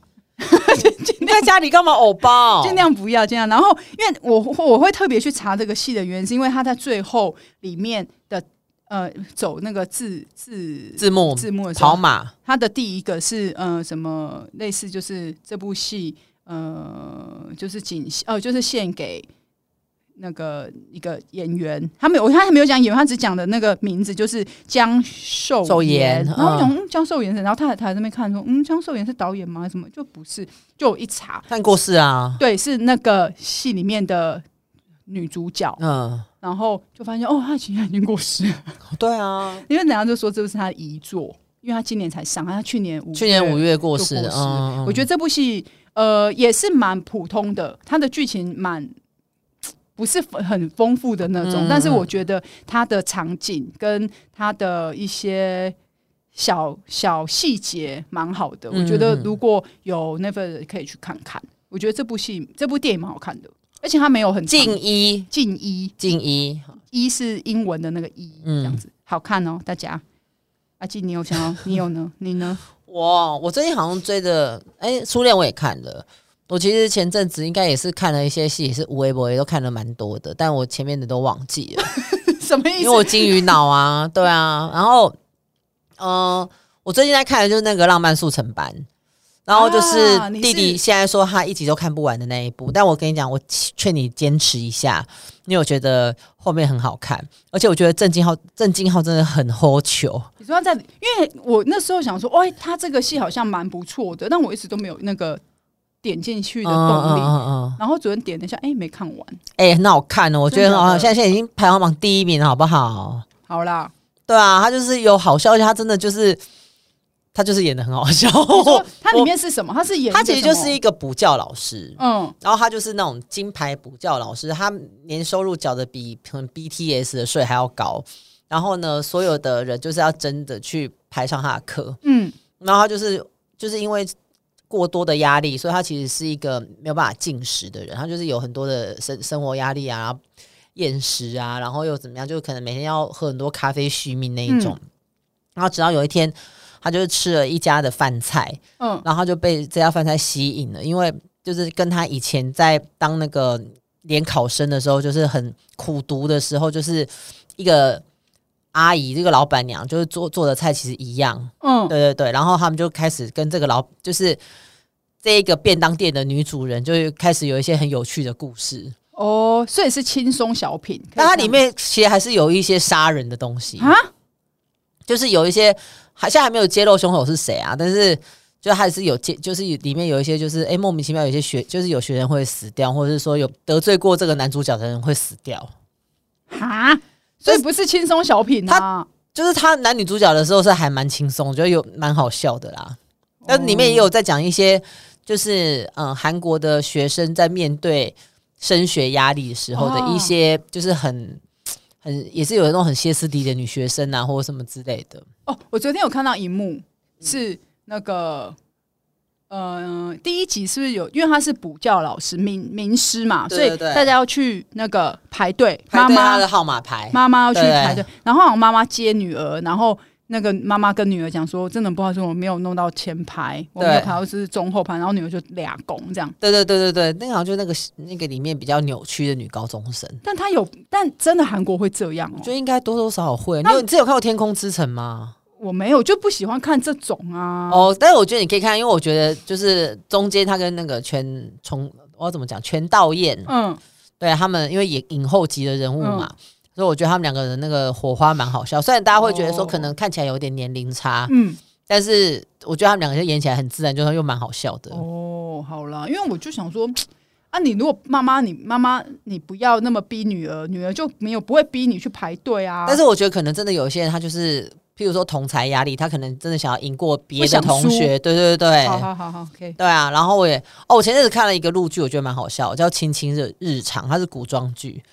Speaker 1: 你在家里干嘛偶包？
Speaker 2: 尽量不要，尽量。然后，因为我我会特别去查这个戏的原因，是因为他在最后里面的呃走那个字字
Speaker 1: 字幕
Speaker 2: 字幕的时
Speaker 1: 跑
Speaker 2: 候，
Speaker 1: 马，
Speaker 2: 他的第一个是呃什么类似就是这部戏呃就是仅哦、就是献给那个一个演员，他没有他还没有讲演员，他只讲的那个名字就是江寿
Speaker 1: 寿
Speaker 2: 延
Speaker 1: 延
Speaker 2: 然后我想、嗯、江寿延是，然后他还他还在那边看说嗯江寿延是导演吗？什么就不是，就我一查，
Speaker 1: 看过世啊，
Speaker 2: 对，是那个戏里面的女主角，
Speaker 1: 嗯，
Speaker 2: 然后就发现哦，她其实已经过世了，
Speaker 1: 对啊，
Speaker 2: 因为人家就说这是她的遗作。因为她今年才上，她去年五
Speaker 1: 去年五月过
Speaker 2: 就
Speaker 1: 世，
Speaker 2: 过世
Speaker 1: 嗯，
Speaker 2: 我觉
Speaker 1: 得
Speaker 2: 得这部戏呃也是蛮普通的，它的剧情蛮不是很丰富的那种，
Speaker 1: 嗯
Speaker 2: 但是
Speaker 1: 嗯
Speaker 2: 我觉得它的场景跟它的一些。小小细节蛮好的，
Speaker 1: 嗯
Speaker 2: 我觉得
Speaker 1: 嗯
Speaker 2: 如果有那份可以去看看。我觉得这部戏、这部电影蛮好看的，而且它没有很长
Speaker 1: 静一
Speaker 2: 静一
Speaker 1: 静一，
Speaker 2: 一是英文的那个一、
Speaker 1: 嗯
Speaker 2: 这样子，好看哦，大家。阿基，你有想要？你有呢？你呢？
Speaker 1: 我我最近好像追的，哎、初恋我也看了。我其实前阵子应该也是看了一些戏，也是无微博也都看了蛮多的，但我前面的都忘记了，
Speaker 2: 什么意
Speaker 1: 因
Speaker 2: 思
Speaker 1: 为？我金鱼脑 啊，对啊。然后，嗯、我最近在看的就是那个《浪漫速成班》，然后就是
Speaker 2: 啊你
Speaker 1: 弟弟
Speaker 2: 是
Speaker 1: 现在说他一集都看不完的那一部，但我跟你讲，我劝你坚持一下，因为我觉得后面很好看，而且我觉得郑敬浩郑敬浩真的很齁球，
Speaker 2: 你说他在，因为我那时候想说，哎、他这个戏好像蛮不错的，但我一直都没有那个点进去的动力。
Speaker 1: 嗯
Speaker 2: 然后昨天点了一下，哎、没看完。
Speaker 1: 哎、很好看哦，我觉得很好看，
Speaker 2: 真
Speaker 1: 现在现在已经排行榜第一名了，好不好？
Speaker 2: 好啦，
Speaker 1: 对啊，他就是有好笑，而且他真的就是他就是演的很好笑。
Speaker 2: 你说它里面是什么？它哦嗯是演一个
Speaker 1: 他哦其实就是
Speaker 2: 什
Speaker 1: 一个补教老师，
Speaker 2: 么
Speaker 1: 然后他就是那种金牌补教老师，他年收入缴的比可能 BTS 的税还要高，然后呢，所有的人就是要真的去排上他的课，
Speaker 2: 嗯，
Speaker 1: 然后他就是就是因为过多的压力，所以他其实是一个没有办法进食的人，他就是有很多的生生活压力啊，厌食啊，然后又怎么样，就可能每天要喝很多咖啡续命
Speaker 2: 嗯
Speaker 1: 那一种。然后直到有一天，他就是吃了一家的饭菜，
Speaker 2: 嗯，
Speaker 1: 然后他就被这家饭菜吸引了，因为就是跟他以前在当那个联考生的时候，就是很苦读的时候，就是一个阿姨，这个老板娘，就是做做的菜其实一样，
Speaker 2: 嗯，
Speaker 1: 对对对，然后他们就开始跟这个老，就是这一个便当店的女主人，就开始有一些很有趣的故事。
Speaker 2: 哦，所以是轻松小品，可以
Speaker 1: 但它里
Speaker 2: 这样
Speaker 1: 面其实还是有一些杀人的东西，
Speaker 2: 啊，
Speaker 1: 就是有一些还现在还没有揭露凶手是谁啊，但是就还是有揭，就是里面有一些就是哎、诶莫名其妙有一些学就是有学生会死掉，或者是说有得罪过这个男主角的人会死掉。
Speaker 2: 哈，所以不是轻松小品啊，
Speaker 1: 就是他男女主角的时候是还蛮轻松，我觉得有蛮好笑的啦。但里面也
Speaker 2: 哦
Speaker 1: 有在讲一些，就是嗯，韩国的学生在面对升学压力的时候
Speaker 2: 哦
Speaker 1: 的一些，就是很很也是有那种很歇斯底里的女学生啊，或者什么之类的。
Speaker 2: 哦，我昨天有看到一幕是那个。呃，第一集是不是有？因为他是补教老师、名名师嘛，
Speaker 1: 对对
Speaker 2: 所
Speaker 1: 对
Speaker 2: 以大家要去那个排队，
Speaker 1: 排
Speaker 2: 妈
Speaker 1: 队他
Speaker 2: 妈
Speaker 1: 的啊号码牌，
Speaker 2: 妈妈要去
Speaker 1: 对
Speaker 2: 排队，然后好像妈妈接女儿，然后那个妈妈跟女儿讲说，真的不好意思，我没有弄到前排，我没有
Speaker 1: 对
Speaker 2: 排到是中后排，然后女儿就俩拱这样。
Speaker 1: 对对对对对，那个好像就那个那个里面比较扭曲的女高中生，
Speaker 2: 但他有，但真的韩国会这样哦、
Speaker 1: 就应该多多少少会。你
Speaker 2: 那
Speaker 1: 有你之前有看过《天空之城》吗？
Speaker 2: 我没有，就不喜欢看这种啊。
Speaker 1: 哦，但是我觉得你可以看，因为我觉得就是中间他跟那个全从我要怎么讲全道彦，
Speaker 2: 嗯，
Speaker 1: 对他们因为影影后级的人物嘛。所以我觉得他们两个人那个火花蛮好笑，虽然大家会觉得说
Speaker 2: 哦
Speaker 1: 可能看起来有点年龄差，
Speaker 2: 嗯，
Speaker 1: 但是我觉得他们两个就演起来很自然，就是又蛮好笑的。
Speaker 2: 哦，好啦，因为我就想说，啊，你如果妈妈，你妈妈，你不要那么逼女儿，女儿就没有不会逼你去排队啊。
Speaker 1: 但是我觉得可能真的有一些人他就是，譬如说同才压力，他可能真的想要赢过别
Speaker 2: 不
Speaker 1: 的
Speaker 2: 想
Speaker 1: 同
Speaker 2: 输
Speaker 1: 学，对对对，
Speaker 2: 好好好好，OK，
Speaker 1: 对啊，然后我也哦，我前阵子看了一个陆剧，我觉得蛮好笑，叫《亲亲日日常》，它是古装剧。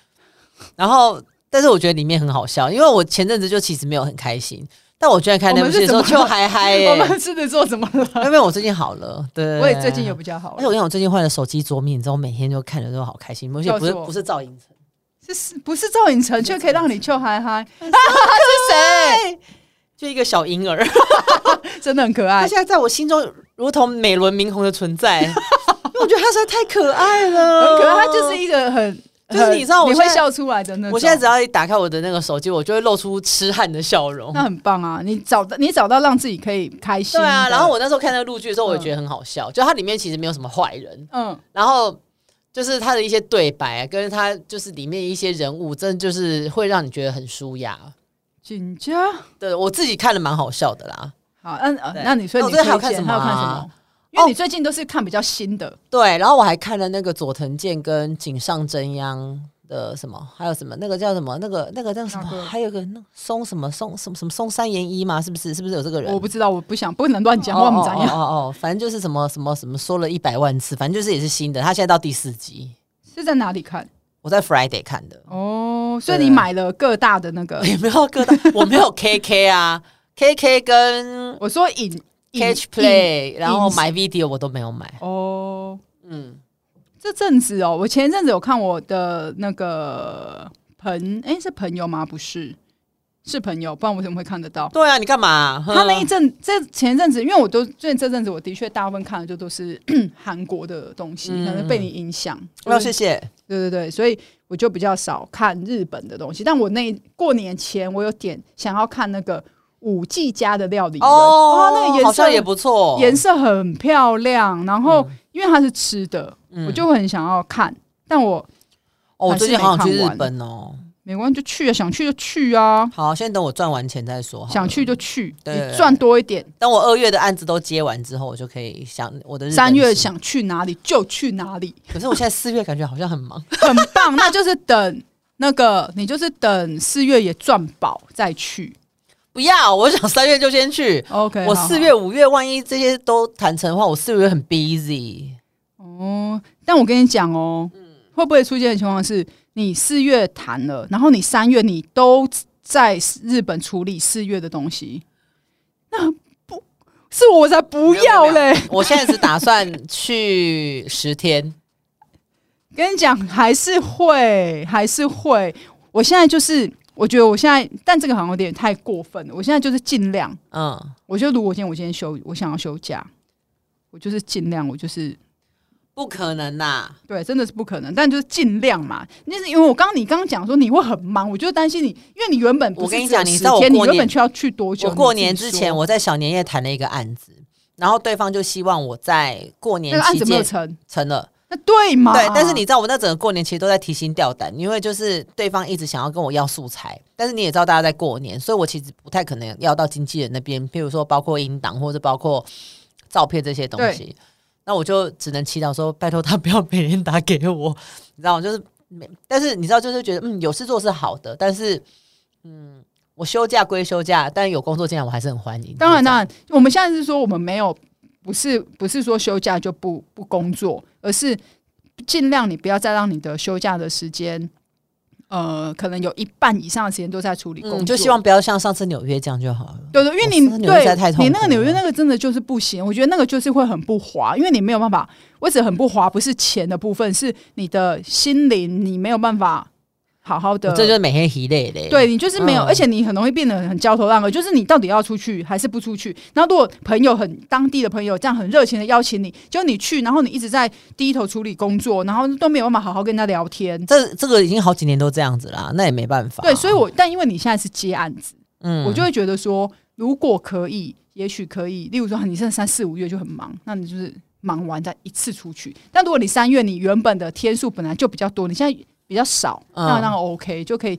Speaker 1: 然后，但是我觉得里面很好笑，因为我前阵子就其实没有很开心，但我居然看那部剧的时候
Speaker 2: 我们是怎
Speaker 1: 就
Speaker 2: 么
Speaker 1: 还嗨耶、
Speaker 2: 我们狮子座怎么了？
Speaker 1: 因为我最近好了，对对
Speaker 2: 我也最近。有
Speaker 1: 对
Speaker 2: 比较好
Speaker 1: 而且，我跟你讲，我最近换了手机桌面之后，每天就看着都好开心，而且不是
Speaker 2: 告诉我
Speaker 1: 不是赵寅成，
Speaker 2: 这是不是赵寅成却可以让你笑嗨嗨？
Speaker 1: 是谁？就一个小婴儿，
Speaker 2: 真的很可
Speaker 1: 他
Speaker 2: 爱
Speaker 1: 现。在在我心中如同美轮明宏的存 在，因为我觉得他实在太可爱
Speaker 2: 很
Speaker 1: 了，
Speaker 2: 可爱，他就是一个很，
Speaker 1: 就是
Speaker 2: 很
Speaker 1: 你知道我
Speaker 2: 你会
Speaker 1: 现在
Speaker 2: 笑出来的那种。
Speaker 1: 我现在只要一打开我的那个手机，我就会露出痴汉的笑容。
Speaker 2: 那很棒啊！你找到你找到让自己可以开心
Speaker 1: 对
Speaker 2: 的。
Speaker 1: 啊，然后我那时候看那个陆剧的时候，我也
Speaker 2: 嗯
Speaker 1: 觉得很好笑，就它里面其实没有什么坏人，
Speaker 2: 嗯，
Speaker 1: 然后就是他的一些对白、啊，跟他就是里面一些人物，真的就是会让你觉得很舒压。
Speaker 2: 紧张。
Speaker 1: 对我自己看的蛮好笑的啦。
Speaker 2: 好，嗯、呃
Speaker 1: 对
Speaker 2: 那你说
Speaker 1: 那
Speaker 2: 你
Speaker 1: 我最近还有
Speaker 2: 推
Speaker 1: 看
Speaker 2: 荐
Speaker 1: 什么啊哦
Speaker 2: 还有看什么？因为你最近都是看比较新的，
Speaker 1: 对，然后我还看了那个佐藤健跟井上真央的什么，还有什么那个叫什么那个那个叫什
Speaker 2: 哪
Speaker 1: 么，
Speaker 2: 个
Speaker 1: 还有个那个松什么松什么什么松山研一嘛，是不是？是不是有这个人？
Speaker 2: 我不知道，我不想不能乱讲，我们怎
Speaker 1: 哦
Speaker 2: 样？
Speaker 1: 哦哦哦，反正就是什么什么什么说了一百万次，反正就是也是新的。他现在到第四集，
Speaker 2: 是在哪里看？
Speaker 1: 我在 Friday 看的，
Speaker 2: 哦，所以
Speaker 1: 对
Speaker 2: 你买了各大的那个，
Speaker 1: 也没有各大，我没有 KK 啊，KK 跟
Speaker 2: 我说影
Speaker 1: Catch
Speaker 2: 影
Speaker 1: Play，然后买 Video 我都没有买。
Speaker 2: 哦，
Speaker 1: 嗯，
Speaker 2: 这阵子哦，我前一阵子有看我的那个朋，哎，是朋友吗？不是，是朋友，不然我怎么会看得到？
Speaker 1: 对啊，你干嘛、哼
Speaker 2: 他那一阵，这前一阵子，因为我都最近这阵子，我的确大部分看的就都是 韩国的东西，
Speaker 1: 嗯
Speaker 2: 可能被你影响。
Speaker 1: 没有
Speaker 2: 就是
Speaker 1: 哦谢谢。
Speaker 2: 对对对，所以我就比较少看日本的东西。但我那过年前，我有点想要看那个五 G 家的料理人，哇，哦那
Speaker 1: 哦好
Speaker 2: 个颜色
Speaker 1: 像也不错，
Speaker 2: 颜色很漂亮。然后、因为它是吃的，
Speaker 1: 嗯
Speaker 2: 我就会很想要看。但我
Speaker 1: 哦，我
Speaker 2: 还是
Speaker 1: 最近好想去
Speaker 2: 没
Speaker 1: 日
Speaker 2: 看完
Speaker 1: 本哦。
Speaker 2: 没关系，就去啊，想去就去啊，
Speaker 1: 好，先等我赚完钱再说好了。
Speaker 2: 想去就去，
Speaker 1: 哦对对对
Speaker 2: 你赚多一点。
Speaker 1: 等我二月的案子都接完之后，我就可以想我的日本
Speaker 2: 三月
Speaker 1: 行。
Speaker 2: 想去哪里就去哪里，
Speaker 1: 可是我现在四月感觉好像很忙。
Speaker 2: 很棒。那就是等那个，你就是等四月也赚饱再去。
Speaker 1: 不要，我想三月就先去。
Speaker 2: OK，
Speaker 1: 我
Speaker 2: 好
Speaker 1: 四
Speaker 2: 好
Speaker 1: 月、五月，万一这些都谈成的话，我四月很 busy。
Speaker 2: 哦，但我跟你讲哦，会不会出现的情况是，你四月谈了，然后你三月你都在日本处理四月的东西，那不是我才不要嘞！
Speaker 1: 我现在只打算去十天，
Speaker 2: 跟你讲，还是会，还是会。我现在就是，我觉得我现在，但这个好像有点太过分了。我现在就是尽量，
Speaker 1: 嗯，
Speaker 2: 我就如果今天我今天休，我想要休假，我就是尽量，我就是
Speaker 1: 不可能啊呐、
Speaker 2: 对，真的是不可能，但就是尽量嘛。那是因为我刚刚你刚刚讲说你会很忙，我就担心你，因为你原本不
Speaker 1: 我
Speaker 2: 是
Speaker 1: 跟你
Speaker 2: 只有
Speaker 1: 讲你
Speaker 2: 10
Speaker 1: 知道我
Speaker 2: 天你
Speaker 1: 过
Speaker 2: 原本
Speaker 1: 年
Speaker 2: 就要去多久？
Speaker 1: 我过
Speaker 2: 你自己
Speaker 1: 年之前，
Speaker 2: 说
Speaker 1: 我在小年夜谈了一个案子，然后对方就希望我在过
Speaker 2: 那
Speaker 1: 年
Speaker 2: 个案
Speaker 1: 期
Speaker 2: 子没有
Speaker 1: 间
Speaker 2: 成，
Speaker 1: 成了。
Speaker 2: 那对嘛？
Speaker 1: 对，但是你知道我那整个过年其实都在提心吊胆，因为就是对方一直想要跟我要素材，但是你也知道大家在过年，所以我其实不太可能要到经纪人那边，譬如说包括音档或者包括照片这些东西，那我就只能祈祷说，拜托他不要每天打给我，你知道，就是没，但是你知道，就是觉得嗯有事做是好的，但是嗯。我休假归休假，但有工作进来我还是很欢迎。
Speaker 2: 当然，
Speaker 1: 就这
Speaker 2: 当
Speaker 1: 样
Speaker 2: 然，我们现在是说我们没有，不是不是说休假就不不工作，而是尽量你不要再让你的休假的时间，呃，可能有一半以上的时间都在处理工作。
Speaker 1: 嗯，就希望不要像上次纽约这样就好了。
Speaker 2: 对对，因为
Speaker 1: 我
Speaker 2: 你
Speaker 1: 是纽约实在太痛
Speaker 2: 对
Speaker 1: 苦
Speaker 2: 你那个纽约
Speaker 1: 了
Speaker 2: 那个真的就是不行，我觉得那个就是会很不滑，因为你没有办法，我指很不滑，不是钱的部分，是你的心灵，你没有办法好好的
Speaker 1: 我。哦这就是每天疲累嘞。
Speaker 2: 对你就是没有，
Speaker 1: 嗯
Speaker 2: 而且你很容易变得很焦头烂额，就是你到底要出去还是不出去？然后如果朋友很当地的朋友这样很热情的邀请你，就你去，然后你一直在低头处理工作，然后都没有办法好好跟人家聊天。
Speaker 1: 这这个已经好几年都这样子啦，那也没办法。
Speaker 2: 对，所以我但因为你现在是接案子，
Speaker 1: 嗯
Speaker 2: 我就会觉得说，如果可以，也许可以，例如说你现在三四五月就很忙，那你就是忙完再一次出去。但如果你三月你原本的天数本来就比较多，你现在比较少，
Speaker 1: 嗯
Speaker 2: 那那 OK 就可以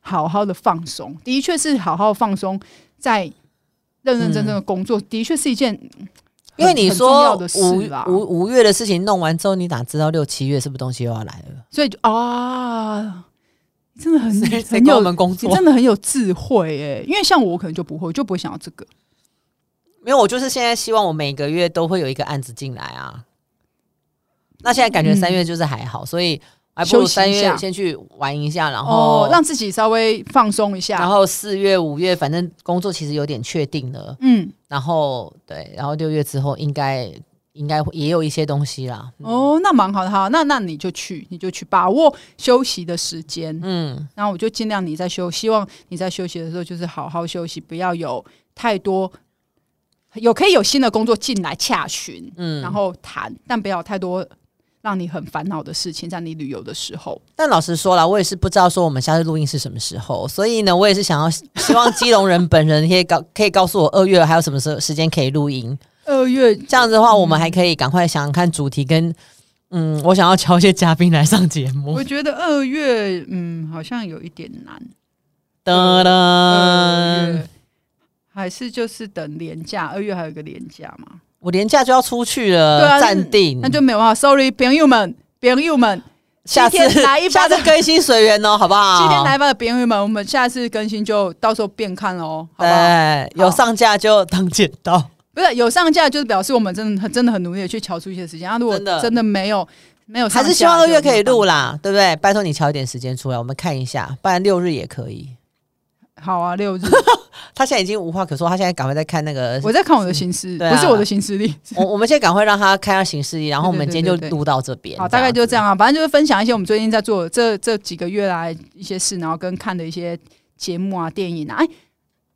Speaker 2: 好好的放松。的确是好好放松，在认认真真的工作，的确是一件嗯
Speaker 1: 嗯因为你
Speaker 2: 很重要
Speaker 1: 说
Speaker 2: 的事
Speaker 1: 五
Speaker 2: 啦。
Speaker 1: 五五月的事情弄完之后，你哪知道六七月是不是东西又要来了？
Speaker 2: 所以就啊，真的很
Speaker 1: 谁谁
Speaker 2: 嗯很
Speaker 1: 跟我
Speaker 2: 有
Speaker 1: 们工
Speaker 2: 你
Speaker 1: 作？
Speaker 2: 真的很有智慧诶、因为像我，我可能就不会，就不会想到这个。
Speaker 1: 没有，我就是现在希望我每个月都会有一个案子进来啊。那现在感觉
Speaker 2: 嗯
Speaker 1: 三月就是还好，所以还不如
Speaker 2: 休息
Speaker 1: 三
Speaker 2: 一下
Speaker 1: 月先去玩一下，然后
Speaker 2: 哦，让自己稍微放松一
Speaker 1: 然
Speaker 2: 下。
Speaker 1: 后四月五月反正工作其实有点确定了，
Speaker 2: 嗯，
Speaker 1: 然后对，然后六月之后应该应该也有一些东西啦。
Speaker 2: 哦，那蛮好的哈。那那你就去，你就去把握休息的时间。
Speaker 1: 嗯。
Speaker 2: 然后我就尽量你在休，希望你在休息的时候就是好好休息，不要有太多有可以有新的工作进来洽询，
Speaker 1: 嗯
Speaker 2: 然后谈，但不要有太多让你很烦恼的事情，在你旅游的时候。
Speaker 1: 但老实说了，我也是不知道说我们下次录音是什么时候，所以呢，我也是想要希望基隆人本人可以告可以告诉我二月还有什么时候时间可以录音，
Speaker 2: 二月
Speaker 1: 这样子的话，我们还可以赶快想想看主题跟嗯，我想要敲一些嘉宾来上节目
Speaker 2: 我。觉得二月，嗯，好像有一点难。
Speaker 1: 噔
Speaker 2: 二
Speaker 1: 噔
Speaker 2: 月，还是就是等年假，二月还有一个年假嘛。
Speaker 1: 我连假就要出去
Speaker 2: 对啊
Speaker 1: 了，暂定，
Speaker 2: 那就没有办法。Sorry，朋友们，朋友们，
Speaker 1: 下次
Speaker 2: 今天来一
Speaker 1: 下
Speaker 2: 班的
Speaker 1: 次更新随缘哦，好不好？
Speaker 2: 今天来吧，朋友们，我们下次更新就到时候变看喽，好不好？
Speaker 1: 对，
Speaker 2: 好
Speaker 1: 有上架就当捡到，
Speaker 2: 不是有上架，就是表示我们真的很真的很努力的去瞧出一些时间。啊，如果
Speaker 1: 真的
Speaker 2: 真的没有没有上
Speaker 1: 还
Speaker 2: 架，
Speaker 1: 是希望二月可以录
Speaker 2: 了。
Speaker 1: 啦，对不对？拜托你敲一点时间出来，我们看一下，不然六日也可以。
Speaker 2: 好啊，六日
Speaker 1: 他现在已经无话可说，他现在赶快在看那个。
Speaker 2: 我在看我的行 事，
Speaker 1: 对啊
Speaker 2: 不是我的行事历。
Speaker 1: 我我们现在赶快让他看下行事历，然后我们
Speaker 2: 对对
Speaker 1: 今
Speaker 2: 对
Speaker 1: 天
Speaker 2: 对
Speaker 1: 就
Speaker 2: 对
Speaker 1: 录到这边。
Speaker 2: 好，大概就这样啊。反正就是分享一些我们最近在做的这这几个月来一些事，然后跟看的一些节目啊、电影啊。哎，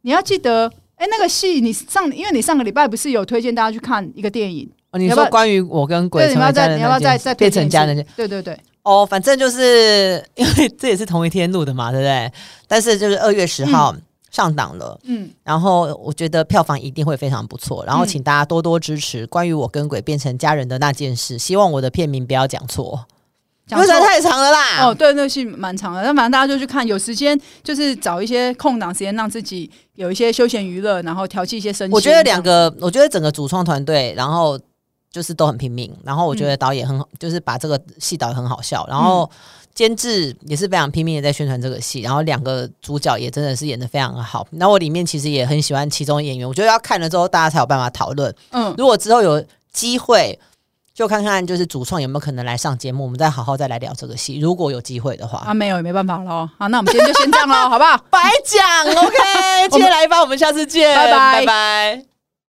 Speaker 2: 你要记得，哎，那个戏你上，因为你上个礼拜不是有推荐大家去看一个电影？
Speaker 1: 哦。你
Speaker 2: 要不
Speaker 1: 说
Speaker 2: 要
Speaker 1: 关于我跟鬼
Speaker 2: 对，你
Speaker 1: 成
Speaker 2: 要
Speaker 1: 为家
Speaker 2: 再
Speaker 1: 人
Speaker 2: 你要不要
Speaker 1: 那
Speaker 2: 再
Speaker 1: 件
Speaker 2: 再
Speaker 1: 事，变
Speaker 2: 推荐
Speaker 1: 成
Speaker 2: 一
Speaker 1: 家
Speaker 2: 次
Speaker 1: 人那件
Speaker 2: 对对对，
Speaker 1: 哦，反正就是因为这也是同一天录的嘛，对不对？但是就是二月十号上档了，
Speaker 2: 嗯，
Speaker 1: 然后我觉得票房一定会非常不错，然后
Speaker 2: 嗯
Speaker 1: 请大家多多支持关于我跟鬼变成家人的那件事。希望我的片名不要讲错，因
Speaker 2: 讲
Speaker 1: 为实在
Speaker 2: 说
Speaker 1: 太长了啦。
Speaker 2: 哦，对，那戏蛮长的，但反正大家就去看，有时间就是找一些空档时间，让自己有一些休闲娱乐，然后调剂一些身心。
Speaker 1: 我觉得两
Speaker 2: 这样，
Speaker 1: 个，我觉得整个主创团队，然后就是都很拼命，然后我
Speaker 2: 嗯
Speaker 1: 觉得导演很好，就是把这个戏导得很好笑，然后监制也是非常拼命的在宣传这个戏，然后两个主角也真的是演得非常好。那我里面其实也很喜欢其中的演员，我觉得要看了之后大家才有办法讨论。
Speaker 2: 嗯，
Speaker 1: 如果之后有机会。就看看就是主创有没有可能来上节目，我们再好好再来聊这个戏，如果有机会的话。
Speaker 2: 啊，没有也没办法喽。好，那我们今 天就先这样喽，好不好？
Speaker 1: 白讲，OK，接下来一发，我们下次见，
Speaker 2: 拜拜
Speaker 1: 拜拜。